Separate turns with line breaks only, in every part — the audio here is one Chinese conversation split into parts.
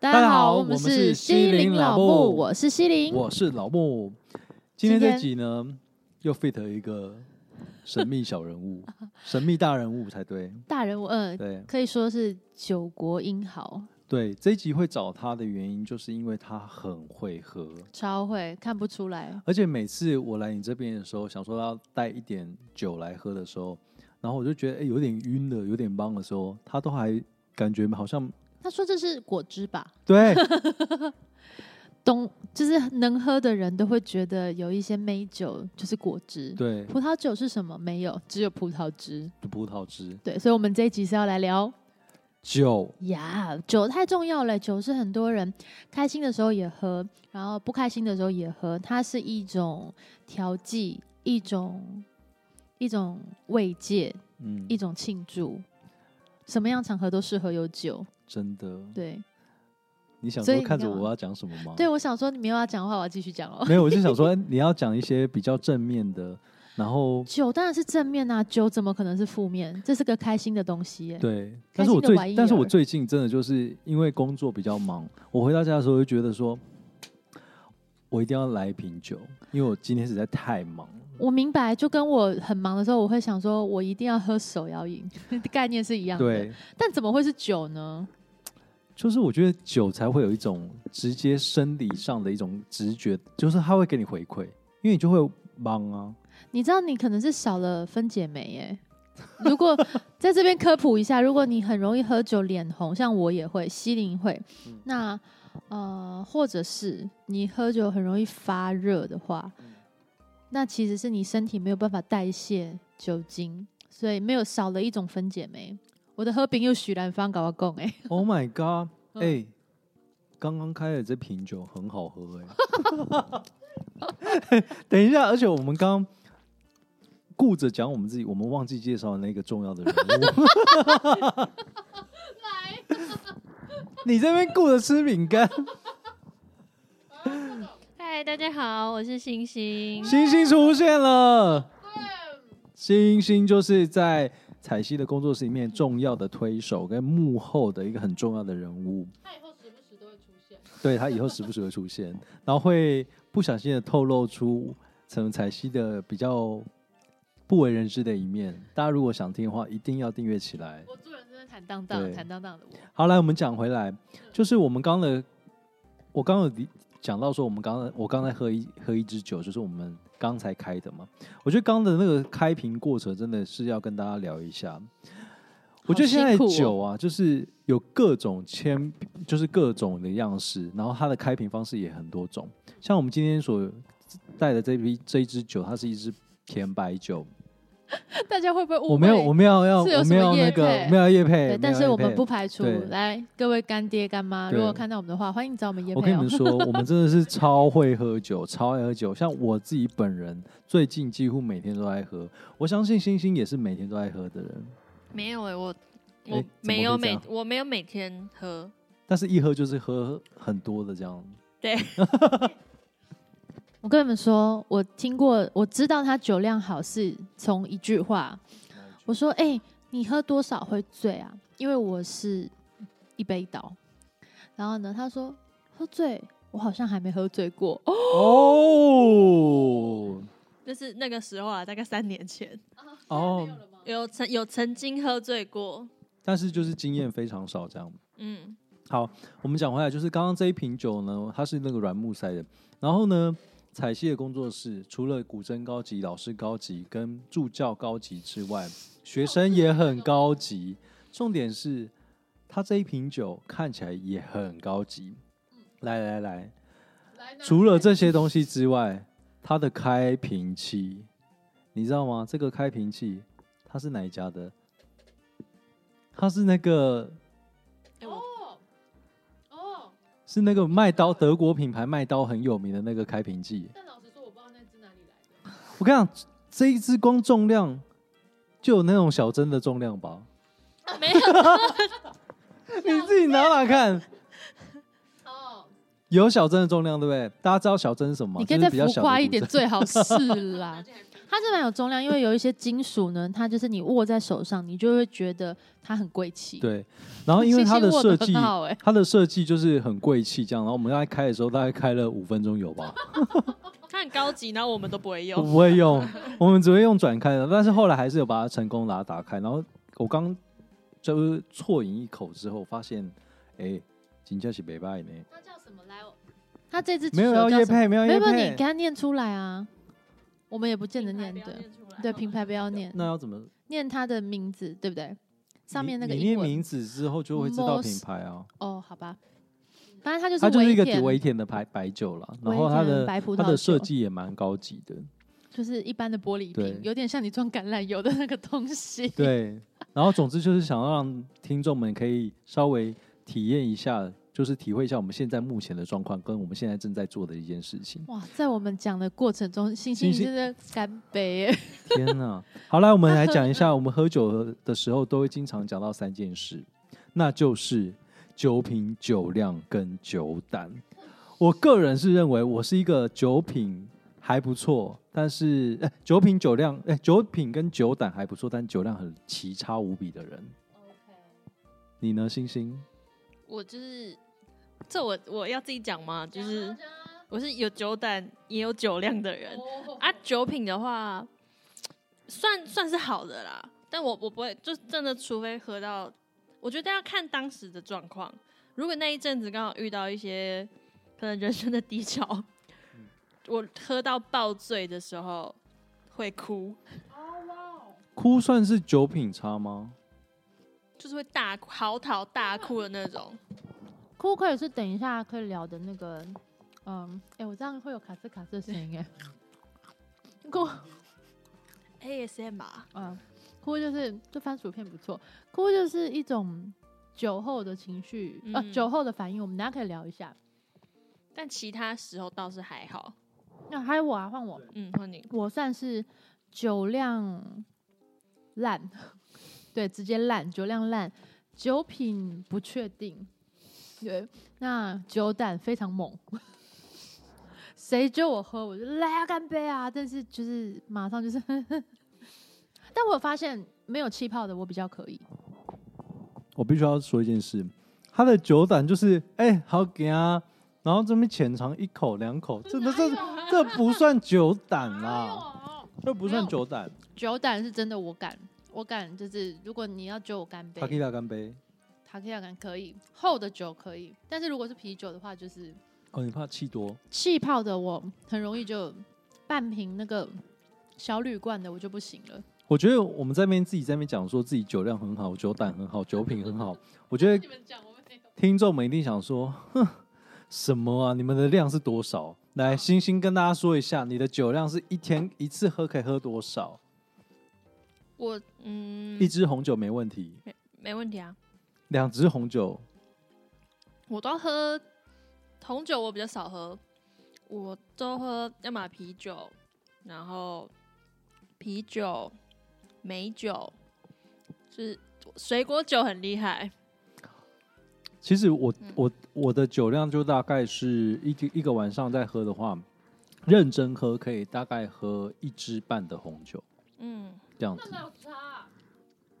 大
家好
我
我们
是
是西林
老
老木
我是西林。
我是老木。今天
今
这
天
集呢，又 fit 一个神秘小人物，神秘大人物才 对。
大人物，嗯、
对
可以说是九国英豪，
对，这一集会找他的原因，就是因为他很会喝，
超会，看不出来。
而且每次我来你这边的时候，想说要带一点酒来喝的时候，然后我就觉得哎、诶有点晕了，有点懵的时候，他都还感觉好 像
他说这是果汁吧？
对
懂，就是能喝的人都会觉得有一些美酒就是果汁。
对
葡萄酒是什么？没有，只有葡萄汁。
葡萄汁
对，所以我们这一集是要来聊
酒。
呀酒太重要了。酒是很多人开心的时候也喝，然后不开心的时候也喝，它是一种调剂，一种一种慰藉，
嗯
一，种庆祝。什么样场合都适合有酒，
真的，
对
你想
所以
说
你
看着
干嘛
我要讲什么吗？
对。我想说，你没有要讲的话，我要继续讲哦。
没有，我就想说哎你要讲一些比较正面的，然后
酒当然是正面啊，酒怎么可能是负面？这是个开心的东西耶。
对，
开
但是我
心的玩意
最但是我
儿
最近真的就是因为工作比较忙，我回到家的时候就觉得说，我一定要来一瓶酒，因为我今天实在太忙了。
我明白，就跟我很忙的时候，我会想说，我一定要喝手摇饮， 概念是一样的。，
对，
但怎么会是酒呢？
就是我觉得酒才会有一种直接生理上的一种直觉，就是它会给你回馈，因为你就会忙啊。
你知道，你可能是少了分解酶耶。如 果在这边科普一下，如果你很容易喝酒脸红，像我也会，西林会，
嗯
那呃，或者是你喝酒很容易发热的话，
嗯
那其实是你身体没有办法代谢酒精，所以没有少了一种分解酶。我的喝饼又许兰芳搞我供哎，
Oh my god！哎、
嗯
刚刚开的这瓶酒很好喝哎、 等一下，而且我们刚顾着讲我们自己，我们忘记介绍那个重要的人物。你这边顾着吃饼干，
嗨，大家好，我是星星。
星星出现了。星星就是在彩西的工作室里面重要的推手跟幕后的一个很重要的人物。对他以后时不时会出现，然后会不小心的透露出陈彩希的比较不为人知的一面。大家如果想听的话，一定要订阅起来。
我做人真的坦荡
荡
荡，
对
坦
坦
荡荡的我。
好，来我们讲回来，就是我们刚的，我刚刚有提讲到说，我们刚我刚才喝一喝一支酒，就是我们刚才开的嘛。我觉得刚的那个开瓶过程真的是要跟大家聊一下。我觉得现在
好辛
的
苦哦
酒啊，就是有各种千，就是各种的样式，然后它的开瓶方式也很多种。像我们今天所带的这批这一支酒，它是一支甜白酒。
大家会不会误会？
我没有，我没有要，
是有
我
什
没
么
有
业
那个
配，
没有叶配
对，，但
没有
是
业
我们
配
不排除
对
来各位干爹干妈，
对
如果看到我们的话，欢迎找我们叶
我
配哦
跟你们。说，我们真的是超会喝酒，超爱喝酒。像我自己本人，最近几乎每天都在喝。我相信星星也是每天都在喝的人，
没有哎、我
诶怎
我
么
没有
会这
每
样
我没有每天喝，
但是一喝就是喝很多的这样。
对，
我跟你们说，我听过，我知道他酒量好是从一句话，我说：“哎、你喝多少会醉啊？”因为我是一杯倒。然后呢，他说喝醉，我好像还没喝醉过。哦，
哦
就是那个时候啊，大概三年前
哦，
有曾有曾经喝醉过，
但是就是经验非常少这样。
嗯，
好，我们讲回来，就是刚刚这一瓶酒呢，它是那个软木塞的。然后呢，彩系的工作室除了古筝高级、老师高级跟助教高级之外，学生也很高级。重点是，它这一瓶酒看起来也很高级。来来来，除了这些东西之外，它的开瓶器，你知道吗？这个开瓶器它是哪一家的？它是那个
诶我
哦，
是那个麦刀德国品牌麦刀很有名的那个开瓶器。
但老实说，我不知道那是哪里来的。
我跟你讲，这一支光重量就有那种小针的重量吧？
啊
没有，
你自己拿拿看，
哦，
有小针的重量对不对？大家知道小针是什么吗？
你可以
就是
再
比较
浮
小的
夸一
古
点，
筝。
最好是啦。它是蛮有重量，因为有一些金属呢，它就是你握在手上，你就会觉得它很贵气。，
对，然后因为它的设计，
好哎、
它的设计就是很贵气这样。然后我们在开的时候，大概开了五分钟有吧？
它很高级，然后我们都不会
我
用。
不会用， 我们只会用转开的，但是后来还是有把它成功把它打开。然后我刚就是啜饮一口之后，发现哎，金价是北拜呢，
它叫什么来？它这只
没有要
叶
叶，配，没有
没
叶
有没有，你
配
给，它念出来啊，我们也不见得念
品牌不要
对。
出来哦
对，品牌不要念，
那要怎么？
念它的名字，对不对？上面那个
你
英
念
文
名字之后就会知道
Moss
品牌啊，
哦，好吧，反正它就是
它就是一个
微甜
维甜的白白酒啦，然
微
后它
甜
的
白葡萄
它的设
酒
计也蛮高级的，
就是一般的玻璃
对
瓶，有点像你装橄榄油的那个东西。。
对，然后总之就是想要让听众们可以稍微体验一下，就是体会一下我们现在目前的状况跟我们现在正在做的一件事情
哇，在我们讲的过程中，星
星
星
星
真的干杯耶！
天哪！好啦，我们来讲一下，我们喝酒的时候都会经常讲到三件事，那就是酒品、酒量跟酒胆。我个人是认为我是一个酒品还不错，但是、哎酒品酒量哎、酒品跟酒胆还不错，但酒量很奇差无比的人。你呢，星星？
我就是这我我要自己讲啊吗？就是我是有酒胆也有酒量的人啊。酒品的话，算算是好的啦，但我我不会，就真的除非喝到，我觉得要看当时的状况。如果那一阵子刚好遇到一些可能人生的低潮，我喝到爆醉的时候会哭，
哭算是酒品差吗？
就是会大哭嚎啕大哭的那种。
哭可以是等一下可以聊的那个，嗯，哎、我这样会有卡斯卡斯的声音哎。哭，
ASM 吧，
嗯，哭就是就番薯片不错，哭就是一种酒后的情绪，呃，
嗯
酒后的反应，我们等一下可以聊一下。
但其他时候倒是还好。
那还有我啊，换我，
嗯，欢迎。
我算是酒量烂，对，直接烂，酒量烂，酒品不确定，对，那酒胆非常猛，谁揪我喝，我就来啊，干杯啊！但是就是马上就是， 但我有发现没有气泡的我比较可以，
我必须要说一件事，他的酒胆就是哎、好给啊，然后这边浅尝一口两口，这这这这不算酒胆啦，这不算酒胆。
酒胆是真的我敢，我敢就是如果你要揪我干杯
塔 q，i 干杯！
塔 Q 敢可以，厚的酒可以，但是如果是啤酒的话就是。
哦，你怕气多？
气泡的我很容易就半瓶那个小铝罐的我就不行了。
我觉得我们在那边自己在那边讲说自己酒量很好，酒胆很 好，酒品很好，我觉得
你们讲我没有，
听众们一定想说，哼，什么啊？你们的量是多少？来，星星跟大家说一下，你的酒量是一天一次喝可以喝多少？
我嗯
一，支红酒没问题，
没问题啊。
两支红酒
我都喝红酒，我比较少喝，我都喝要么啤酒，然后啤酒、美酒，就是水果酒很厉害。
其实我
嗯
我我的酒量就大概是一个一个晚上在喝的话，认真喝可以大概喝一支半的红酒
嗯，
这样子。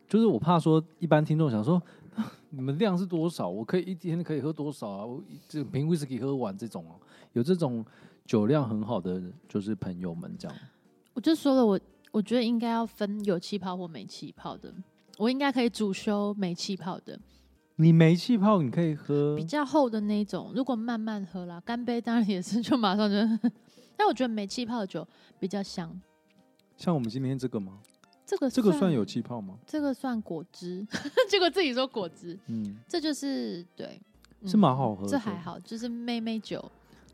就是我怕说一般听众想说， 你们量是多少？我可以一天可以喝多少啊？我一这瓶威士忌喝完这种哦、有这种酒量很好的就是朋友们这样。
我就说了我，我觉得应该要分有气泡或没气泡的。我应该可以主修没气泡的，
你没气泡，你可以喝
比较厚的那一种。如果慢慢喝啦，干杯当然也是就 马上就。但我觉得没气泡的酒比较香。
像我们今天这个吗？
这个
这个算有，气泡吗？
这个算果汁。 结果自己说果汁，
嗯，
这就是对，嗯
是蛮好喝的
这还好，就是妹妹酒。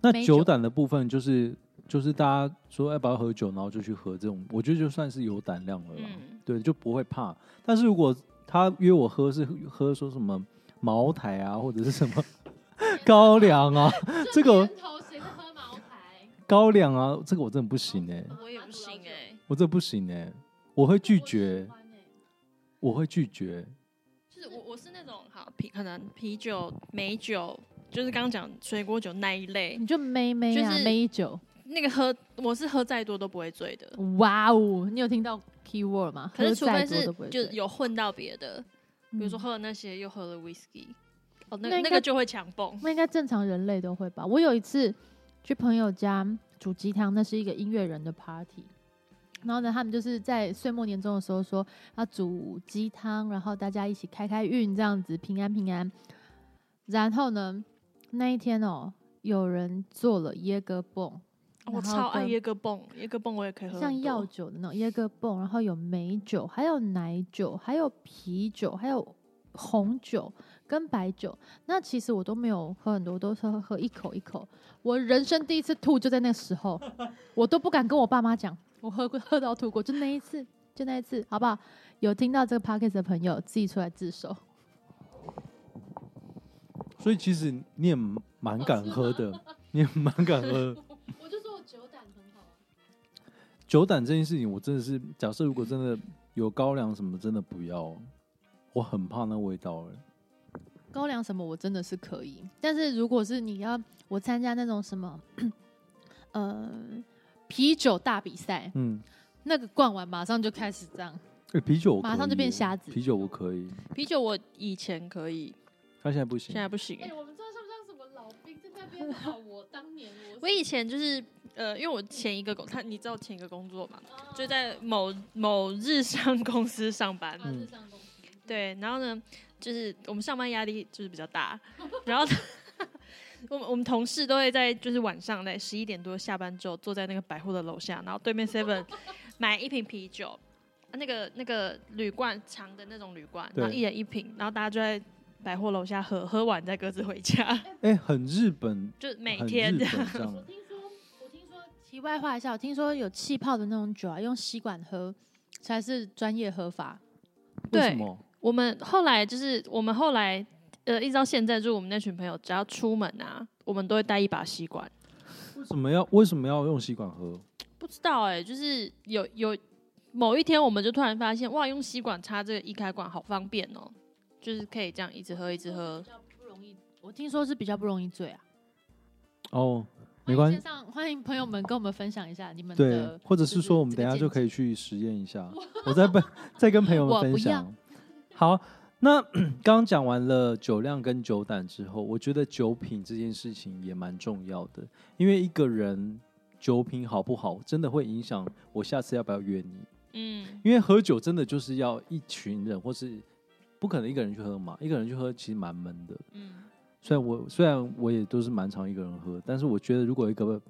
那
美
酒
酒
胆的部分就是就是大家说要不要喝酒，然后就去喝这种，我觉得就算是有胆量了啦，
嗯
对，就不会怕。但是如果他约我喝是喝说什么茅台啊，或者是什么高粱啊，这个
头谁会喝茅台？
高粱啊，这个我真的不行哎、
我也不行哎、
我这不行哎、我会拒绝，我会拒绝。
就是我我是那种好啤，可能啤酒、美酒，就是刚刚讲水果酒那一类，
你就妹妹啊，
就是
妹酒，
那个喝，我是喝再多都不会醉的。
哇哦，你有听到 keyword 吗？
可是
喝
除
再
非
多
是
都不会
就
醉
有混到别的，比如说
嗯
喝了那些，又喝了 whisky，哦，那
那应
那
该
个就会强蹦。
那应该正常人类都会吧。我有一次去朋友家煮鸡汤，那是一个音乐人的 party。然后呢，他们就是在岁末年终的时候说要煮鸡汤，然后大家一起开开运，这样子平安平安。然后呢，那一天哦，有人做了椰哥泵，
哦我
然后
超爱
跟
椰哥泵，椰哥泵我也可以喝很多。
像药酒的那种椰哥泵，然后有美酒，还有奶酒，还有啤酒，还有红酒跟白酒。那其实我都没有喝很多，我都是喝喝一口一口。我人生第一次吐就在那时 候，我都不敢跟我爸妈讲，我喝过喝到吐过，就那一次，就那一次，好不好？有听到这个 p o c a s t 的朋友，自己出来自首。
所以其实你也蛮敢喝的，你也蛮敢喝。
我就说我酒胆很好。
酒胆这件事情，我真的是假设如果真的有高粱什么，真的不要，我很怕那味道了。
高粱什么我真的是可以，但是如果是你要我参加那种什么， 呃，啤酒大比赛，
嗯，
那个灌完马上就开始这样，
欸啤酒我可以
马上就变
耶
瞎子
啤酒我可以，
啤酒我以前可以，
他现在不行
现。在不行。
哎我们这像不像什么老兵在那边啊？我当年
我以前就是呃，因为我前一个工，他你知道我前一个工作嘛，就在某某日商公司上班。
嗯
对，然后呢，就是我们上班压力就是比较大，然后我们我们同事都会在就是晚上在十一点多下班之后，坐在那个百货的楼下，然后对面 Seven 买一瓶啤酒，啊那个那个铝罐长的那种铝罐，然后
对
一人一瓶，然后大家就在百货楼下喝，喝完再各自 回家，
哎、很日本，
就每
很
天
日本 这样。
听说，我听说，题外话一下，我听说有气泡的那种酒啊，用吸管喝才是专业喝法。
为
对
什么？
我们后来就是我们后来呃，一直到现在，就是我们那群朋友只要出门啊，我们都会带一把吸管。
为什么要为什么要用吸管喝？
不知道哎、就是有有某一天，我们就突然发现，哇，用吸管插这个易开罐好方便哦、就是可以这样一直喝一直喝
比。较不容易，我听说是比较不容易醉啊。
哦，没关系
线，上欢迎朋友们跟我们分享一下你们
对
的，，
或者是说我们等一下就可以去实验一 下，我再分再跟朋友们
我
分
不要
享。好，那 刚刚讲完了酒量跟酒胆之后，我觉得酒品这件事情也蛮重要的，因为一个人酒品好不好，真的会影响我下次要不要约你。
嗯，
因为喝酒真的就是要一群人，或是不可能一个人去喝嘛，一个人去喝其实蛮闷的。
嗯，
虽然我虽然我也都是蛮常一个人喝，但是我觉得如果一个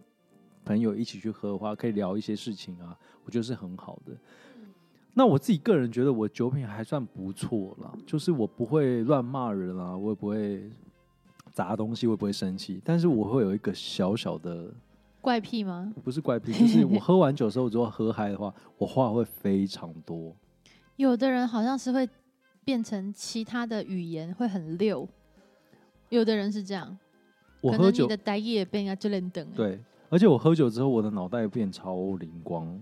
朋友一起去喝的话，可以聊一些事情啊，我觉得是很好的。
嗯
那我自己个人觉得我酒品还算不错啦，就是我不会乱骂人啊，我也不会砸东西，我也不会生气，但是我会有一个小小的
怪癖吗？
不是怪癖，就是 我喝完酒之后，如果喝嗨的话，我话会非常多。
有的人好像是会变成其他的语言会很溜，有的人是这样，
我
可
喝
能你
酒
的呆也变啊，就练等。，
对，而且我喝酒之后，我的脑袋变超灵光。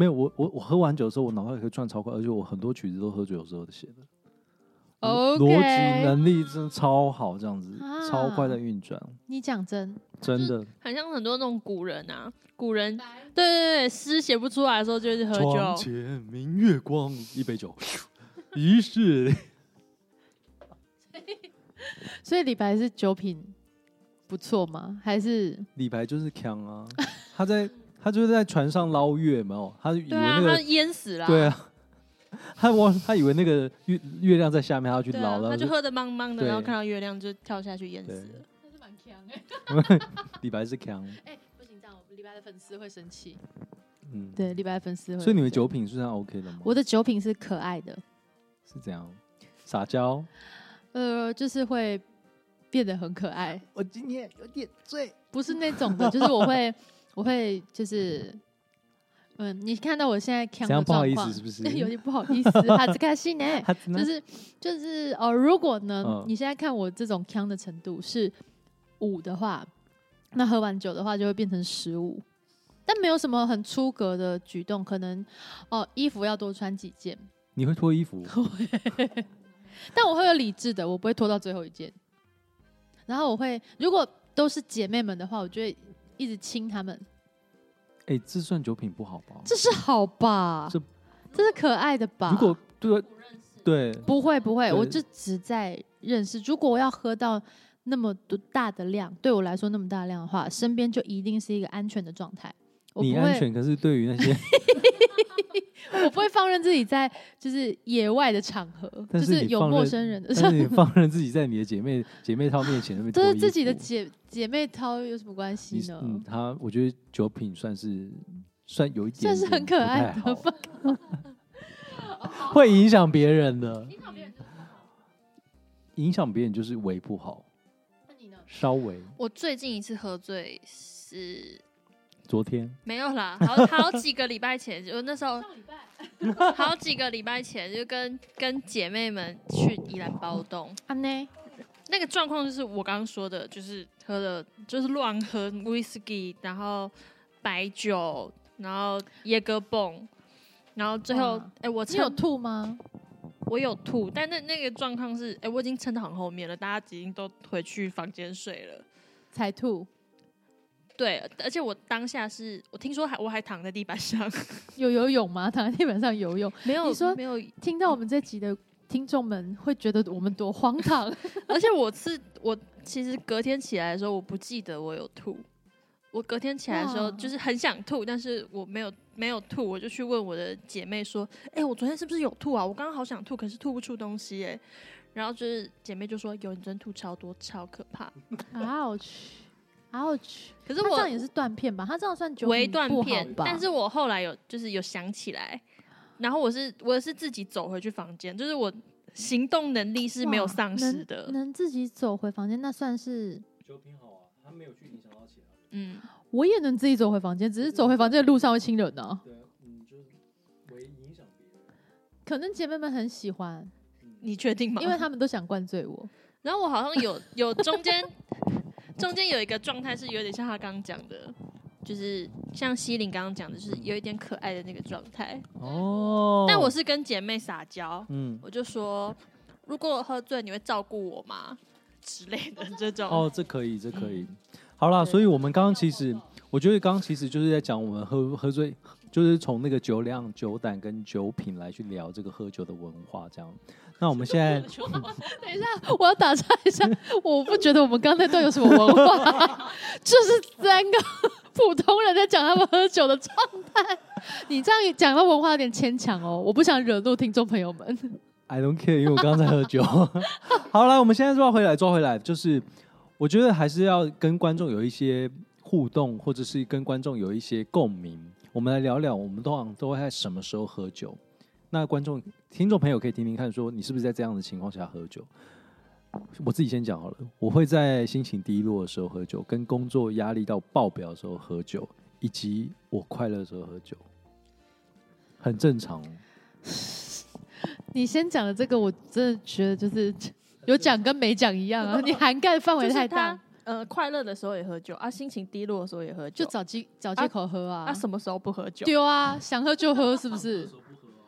没有，我我我喝完酒之后，我脑袋可以转超快，而且我很多曲子都喝酒之后写的。我的
OK
嗯逻辑能力真的超好，这样子、超快
啊
在运转，
你讲真，
真的。
很像很多那种古人啊，古人对对对，诗写不出来的时候就是喝
床
酒。
前明月光，一杯酒，一世。
所以李白是酒品不错吗？还是
李白就是强啊，他在他就是在船上捞月，有没有，他以为
对
那，
啊他
个
淹死了。
对啊， 他我他以为那个月月亮在下面，他要去
对
捞
啊，
了。
他就喝的茫茫的，
对
然后看到月亮就跳下去淹死
对
了。
那是蛮强哎。
李白是强，
哎、不行，这样我李白的粉丝会生气。
嗯，。
对，李白的粉丝会。
所以你们酒品是算 OK 的吗？
我的酒品是可爱的，
是怎样？撒娇？
呃，就是会变得很可爱，
我今天有点醉。
不是那种的，就是我会，我会就是，嗯，你看到我现在强
怎
的
样不好
状
意
况
思，是，不
？
是
有点不好意思，哈兹卡 西呢。
他真的
就是就是哦，如果呢，
嗯
你现在看我这种腔的程度是五的话，那喝完酒的话就会变成十五，但没有什么很出格的举动，可能哦衣服要多穿几件，
你会脱衣服？
但我会有理智的，我不会拖到最后一件。然后我会，如果都是姐妹们的话，我就会一直亲她们，
哎、这算酒品不好吧？
这是好吧？
这
这是可爱的吧？
如果对对，
不会不会，
对
我就只在认识。如果我要喝到那么多大的量，对我来说那么大的量的话，身边就一定是一个安全的状态。我不
你
会，
安全，可是对于那 些，
我不会放任自己在就是野外的场合，就
但
是是
你
有
放任
陌生人的
但是你放任自己在你的姐妹姐妹套面前那边脱
这
衣服，
是自己的姐姐妹掏有什么关系
你是
呢？
嗯，他我觉得酒品算是算有一
算
点点
是很可爱
不太
的
好， 会影响别人的，影响别人就是为不好，稍微
我最近一次喝醉是
昨天
没有啦，好好几个礼拜前，就那时候好几个礼拜前就跟跟姐妹们去宜兰包栋，
啊呢，
那个状况就是我刚刚说的，就是喝了就是乱喝 whisky，然后白酒，然后椰哥泵，然后最后
哇
哎、我
你有
撑
吐吗？
我有吐，但那那个状况是哎、我已经撑到很后面了，大家已经都回去房间睡了。
才吐，
对，而且我当下是我听说还我还躺在地板上，
有游泳吗？ 躺在地板上游泳，
没有
你说
没有
听到我们这集的听众们会觉得我们多荒唐。
而且我是我其实隔天起来的时候，我不记得我有吐。我隔天起来的时候，
哇
就是很想吐，但是我没有没有吐，我就去问我的姐妹说：“哎、我昨天是不是有吐啊？我刚刚好想吐，可是吐不出东西哎、然后就是姐妹就说：“有，你昨天吐超多，超可怕。
ouch ouch，
可是
他这样也
我
是断片吧？他这样算酒
微
品
断
不好
片，
吧？
但是我后来有就是有想起来，然后我是我是自己走回去房间，就是我行动能力是没有
哇
丧失的
能，。能自己走回房间，那算是
酒品好啊，他没有去影响到其他人，
嗯，
我也能自己走回房间，只是走回房间的路上会亲人呢、啊
对，嗯，就是为影响别人。嗯
可能姐妹们很喜欢，
你确定吗？
因为他们都想灌醉我。
然后我好像有 有中间中间有一个状态是有点像他刚刚讲的，就是像西林刚刚讲的，就是有一点可爱的那个状态。
哦，
但我是跟姐妹撒娇，
嗯，
我就说如果我喝醉，你会照顾我吗？之类的这种。嗯
哦，这可以，这可以。好啦，所以我们刚刚其实，我觉得刚刚其实就是在讲我们喝喝醉，就是从那个酒量、酒胆跟酒品来去聊这个喝酒的文化，这样。那我们现在
等一下， 我要打岔一下，我不觉得我们刚才都有什么文化， 就是三个 普通人在讲他们喝酒的状态。你这样讲到文化有点牵强哦，我不想惹怒听众朋友们。
I don't care，因为我刚刚在喝酒。 好了，我们现在抓回来，抓回来，就是我觉得还是要跟观众有一些互动，或者是跟观众有一些共鸣。我们来聊聊，我们通常都会在什么时候喝酒？那观众、听众朋友可以听听看，说你是不是在这样的情况下喝酒？我自己先讲好了，我会在心情低落的时候喝酒，跟工作压力到爆表的时候喝酒，以及我快乐的时候喝酒，很正常哦。
你先讲的这个，我真的觉得就是有讲跟没讲一样 啊，你涵盖范围
就是
太大
他，呃，快乐的时候也喝酒啊，心情低落的时候也喝
就
酒。
找机找借口喝啊
啊，，什么时候不喝酒？
丢啊，想喝就喝，是不 是？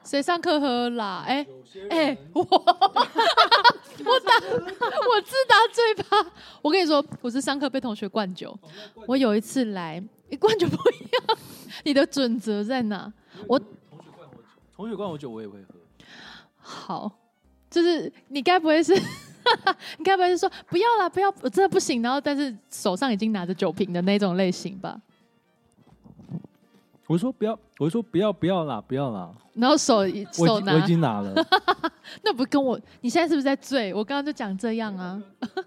谁上课喝啦？哎、哎、我 我打我自打嘴巴。我跟你说，我是上课被同学灌酒。
哦
我有一次来，一灌酒不一样。你的准则在哪？
同学灌我酒，同学灌我酒我也会喝。
好，就是你该不会是 你该不会是说不要啦，不要，我真的不行。然后但是手上已经拿着酒瓶的那种类型吧，
我说不要，我说不要不要啦，不要啦，
然后手一
我
手
已经我已
拿，
经 拿了。
那不跟我，你现在是不是在醉？我刚刚就讲这样啊。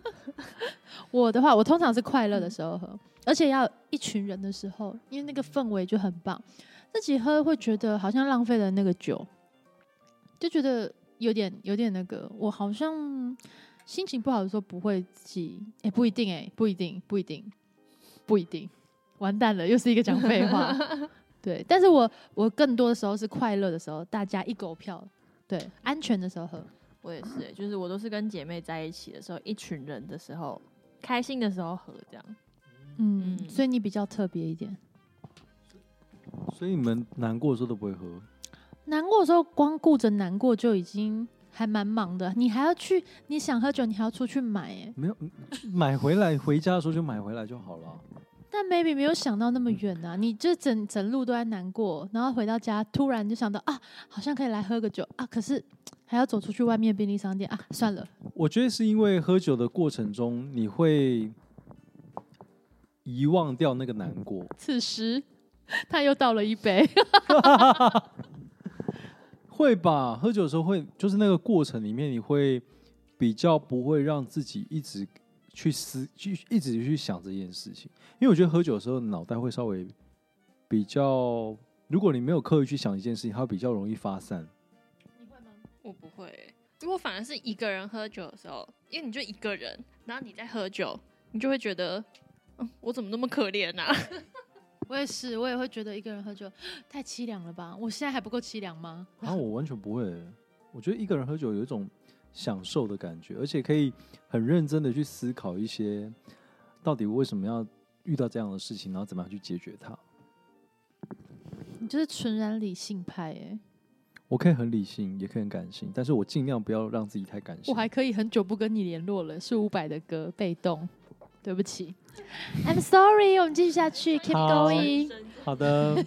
我的话，我通常是快乐的时候喝，而且要一群人的时候，因为那个氛围就很棒。自己喝会觉得好像浪费了那个酒，就觉得有点有点那个。我好像心情不好的时候不会自己，哎、不一定、哎，不一定，不一定，不一定，完蛋了，又是一个讲废话。对，但是我我更多的时候是快乐的时候，大家一狗票，对，安全的时候喝。
我也是、欸就是我都是跟姐妹在一起的时候，一群人的时候，开心的时候喝这样。
嗯，
嗯
所以你比较特别一点。
所以你们难过的时候都不会喝，
难过的时候，光顾着难过就已经还蛮忙的。你还要去，你想喝酒，你还要出去买哎。
没有嗯买回来，回家的时候就买回来就好了。
但 maybe 没有想到那么远啊，你就整整路都在难过，然后回到家突然就想到啊，好像可以来喝个酒啊，可是还要走出去外面便利商店啊，算了，
我觉得是因为喝酒的过程中，你会遗忘掉那个难过，
此时 他又倒了一杯，
会吧？喝酒的时候会，就是那个过程里面，你会比较不会让自己一直去思，去一直去想这件事情。因为我觉得喝酒的时候，脑袋会稍微比较，如果你没有刻意去想一件事情，它会比较容易发散。
我不会欸、如果反而是一个人喝酒的时候，因为你就一个人，然后你在喝酒，你就会觉得，嗯，我怎么那么可怜啊？
我也是，我也会觉得一个人喝酒太凄凉了吧？我现在还不够凄凉吗？
啊，我完全不会。我觉得一个人喝酒有一种享受的感觉，而且可以很认真的去思考一些到底为什么要遇到这样的事情，然后怎么样去解决它。
你就是纯然理性派哎、
我可以很理性，也可以很感性，但是我尽量不要让自己太感性。
我还可以很久不跟你联络了，是伍佰的歌，被动。对不起，I'm sorry，我们继续下去，keep
好
going。
好的，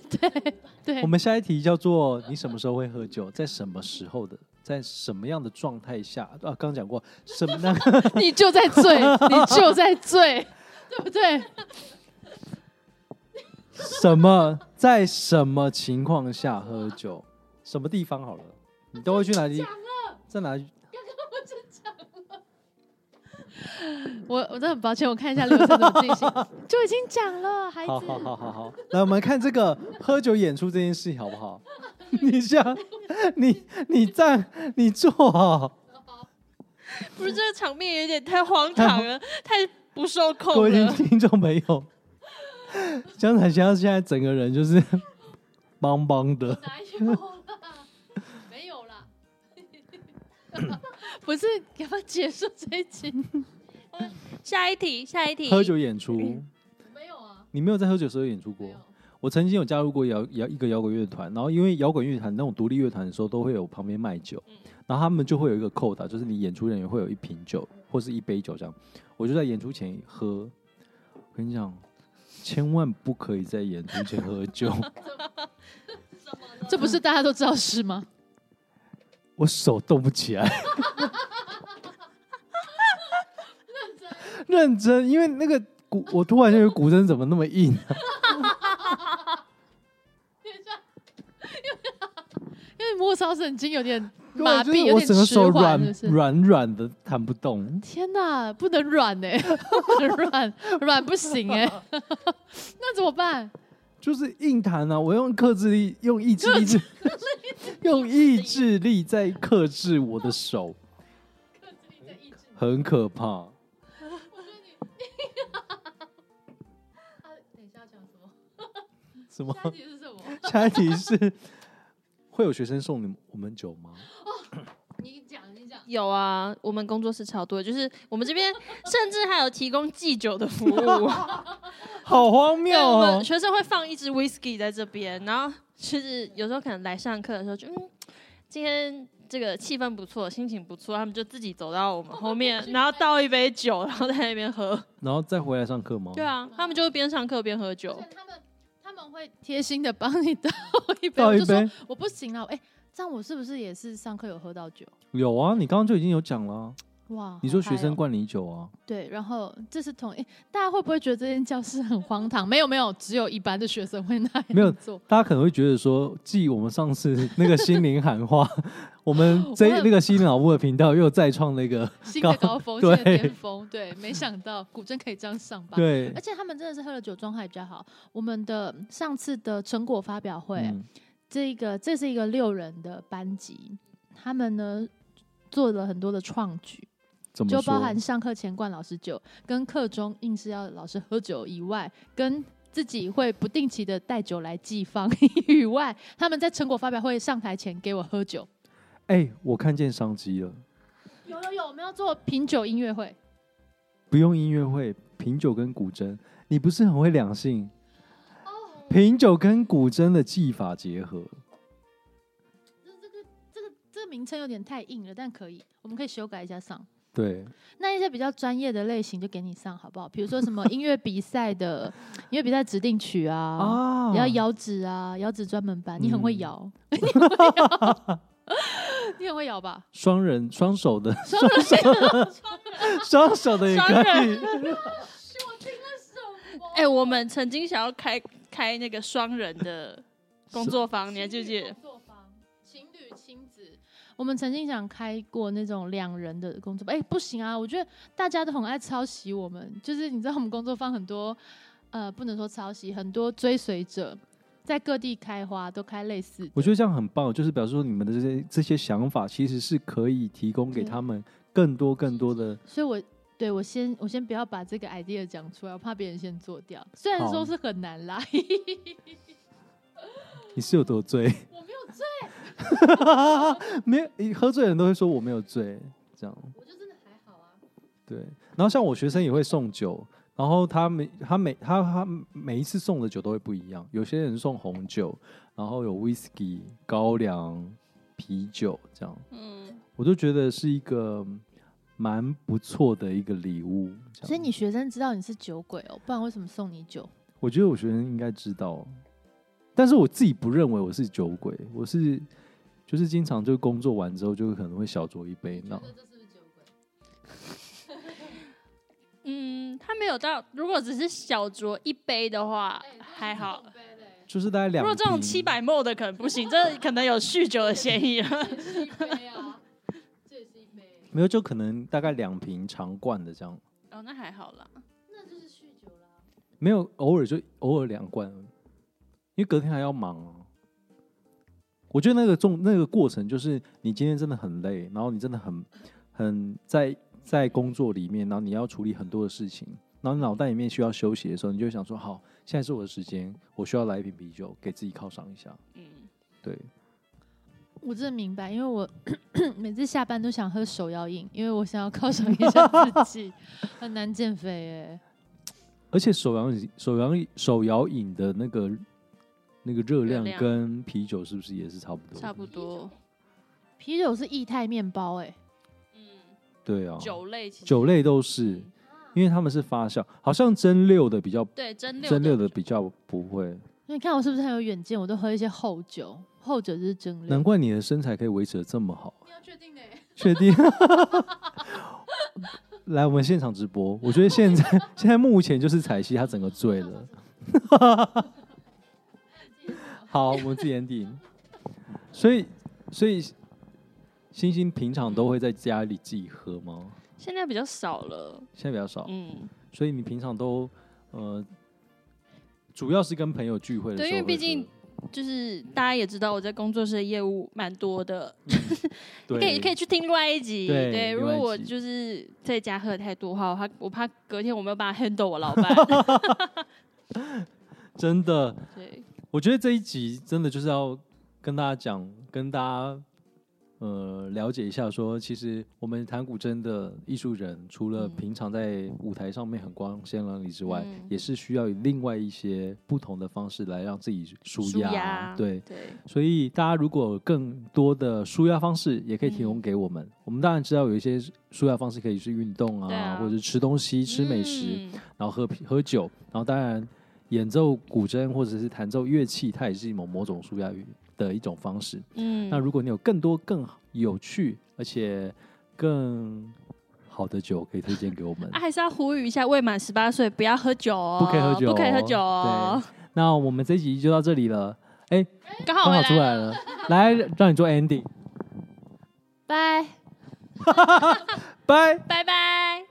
对
我，们下一题叫做你什么时候会喝酒，在什么时候的，在什么样的状态下啊？刚讲过什么那个
你就在醉，你就在醉，对不对？
什么在什么情况下喝酒，什么地方好了，你都会去哪里？在哪里？
我我真的很抱歉，我看一下流程怎么进行，就已经讲了，孩子。
好好好好好，来我们看这个喝酒演出这件事好 不好？你想，你你站，你坐好，
不是这个场面有点太荒唐了，太不受
各
控
位听
了。
听众朋友，江彩霞现在整个人就是 邦邦的，
哪有啦？没有啦。 不是，要不要结束这一集？
下一题，下一题，
喝酒演出。
没有啊，
你没有在喝酒的时候演出过
没有？
我曾经有加入过摇摇一个摇滚乐团，然后因为摇滚乐团那种独立乐团的时候，都会有旁边卖
嗯
酒，然后他们就会有一个扣打，就是你演出人员会有一瓶酒或是一杯酒这样。我就在演出前喝，我跟你讲，千万不可以在演出前 喝酒，
这不是大家都知道是吗？
我手动不起 来。认真，因为那个鼓，我突然觉得鼓声怎么那么硬、啊？
因为末梢神经有点
对啊
麻
就是
痹，有
我
点
整个
迟
手
缓，
软
是不是？
软软的，弹不动。
天哪，不能软哎、不能软软不行哎、 那怎么 办？
就是硬弹啊！我用克制力，用意志力去， 用意志力在克制我的手，很可怕。
等一下讲什么？
什么？
题是什么？
下一题是会有学生送你们我们酒吗？
你讲，你讲。
有啊，我们工作室超多的，就是我们这边甚至还有提供祭酒的服务。
好荒谬
对，我
哦
们！学生会放一支 whisky 在这边，然后就是有时候可能来上课的时候就，嗯，今天这个气氛不错，心情不错，他们就自己走到我们后面，然后倒一杯酒，然后在那边喝。
然后再回来上课吗？
对，啊，他们就边上课边喝酒
而。且他们他们会贴心的帮你倒一杯，
倒一
我就说
杯
我不行了，哎、这样我是不是也是上课有喝到酒？
有啊，你刚刚就已经有讲了啊、
哇，
你说
好嗨
学生
哦
灌你酒啊？
对，然后这是同、哎，大家会不会觉得这间教室很荒唐？没有没有，只有一般的学生会那样
没有
做。
大家可能会觉得说，继我们上次那个心灵喊话， 我们这
我
那个心灵老木的频道又再创那个
新的
高
高峰，新
对
的巅峰，对，没想到古筝可以这样上吧？
对嗯
而，且他们真的是喝了酒状态比较好。我们的上次的成果发表会，
嗯
这个这是一个六人的班级，他们呢做了很多的创举，
怎么
就
说？
包含上课前灌老师酒，跟课中硬是要老师喝酒以外，跟自己会不定期的带酒来寄放以外，他们在成果发表会上台前给我喝酒。
哎、我看见商机了，
有有有，我们要做品酒音乐会。
不用音乐会，品酒跟古筝，你不是很会两性？品酒跟古筝的技法结合，
这这个这个这这名称有点太硬了，但可以，我们可以修改一下上。
对，
那一些比较专业的类型就给你上好不好？比如说什么音乐比赛的 音乐比赛指定曲啊，
哦
啊
你要摇指啊，摇指专门班， 你很会
嗯
摇， 你很会摇，你很会摇吧？
双人双手的
双人
双手的也
双
可以
人，哎、我们曾经想要开开那个双人的工作坊，你还记不 记得？
作坊，情侣亲子。我们曾经想开过那种两人的工作坊，哎、不行啊！我觉得大家都很爱抄袭我们，就是你知道我们工作坊很多，呃，不能说抄袭，很多追随者在各地开花，都开类似的。
我觉得这样很棒，就是表示说你们的这些这些想法其实是可以提供给
对
嗯
他们更多更多的。
所以我对我先我先不要把这个 idea 讲出来，我怕别人先做掉。虽然
好
说是很难啦，
你是有多醉？
我没有醉，
没有你喝醉的人都会说我没有醉，这样
我就真的还好啊。
对。然后像我学生也会送酒，然后他每他每他他每一次送的酒都会不一样，有些人送红酒，然后有 whisky、高粱、啤酒这样，
嗯，
我就觉得是一个蛮不错的一个礼物。这样
所以你学生知道你是酒鬼哦，不然为什么送你酒？
我觉得我学生应该知道，但是我自己不认为我是酒鬼，我是就是经常就工作完之后就可能会小酌一杯那
这是不是酒鬼？
嗯，他没有到，如果只是小酌一杯的话还好，
就是大概两
如
瓶。
果这种七百 ml 的可能不行，这可能有酗酒的嫌疑了。
没有，就可能大概两瓶常灌的这样，
哦，那还好啦。
没有偶尔就偶尔两罐，因为隔天还要忙啊。我觉得那个重那个过程就是你今天真的很累，然后你真的很很在在工作里面，然后你要处理很多的事情，然后你脑袋里面需要休息的时候，你就会想说好，现在是我的时间，我需要来一瓶啤酒给自己犒赏一下。
嗯，
对，
我真的明白，因为我 每次下班都想喝手摇饮，因为我想要犒赏一下自己，很难减肥哎、
而且手摇饮手摇饮手摇饮的那个那个热量
热量
跟啤酒是不是也是差不多的？
差不多。
啤酒是液态面包哎、
嗯，
对啊，
酒类其实
酒类都是，因为他们是发酵，好像蒸馏的比较
对蒸馏
蒸馏的比较不会，
那你看我是不是很有远见？我都喝一些厚酒，厚酒就是蒸馏。
难怪你的身材可以维持的这么好。
你要确定哎、
确定？ 来，我们现场直播。我觉得 现在现在目前就是彩西她整个醉了。好，我们自己 ending。所以，所以星星平常都会在家里自己喝吗？
现在比较少了。
现在比较少，
嗯，
所以你平常都呃，主要是跟朋友聚会的时候会
对
喝。
因为毕竟
哦
就是大家也知道我在工作室的业务蛮多的，
对
可以可以去听另外一集。
对
如
另外
果
一
我
集
就是在家喝的太多的话，我怕我怕隔天我没有办法 handle 我老板。
真的，
对，
我觉得这一集真的就是要跟大家讲，跟大家呃了解一下说其实我们弹古筝的艺术人，除了
嗯
平常在舞台上面很光鲜亮丽之外，
嗯
也是需要有另外一些不同的方式来让自己舒
舒
压。
压
对，
对，
所以大家如果有更多的舒压方式，也可以提供
嗯
给我们。我们当然知道有一些舒压方式可以是运动啊，
对啊
或者是吃东西、吃美食。
嗯
然后喝啤喝酒，然后当然演奏古筝或者是弹奏乐器，它也是某某种舒压娱的一种方式。
嗯，
那如果你有更多更有趣而且更好的酒，可以推荐给我们
啊，。还是要呼吁一下，未满十八岁不要喝酒哦，
不可以喝酒哦
不可以喝酒哦。
那我们这一集就到这里了，
刚
刚
好
好
我
出来了，来让你做 ending，
拜。
拜。
拜拜。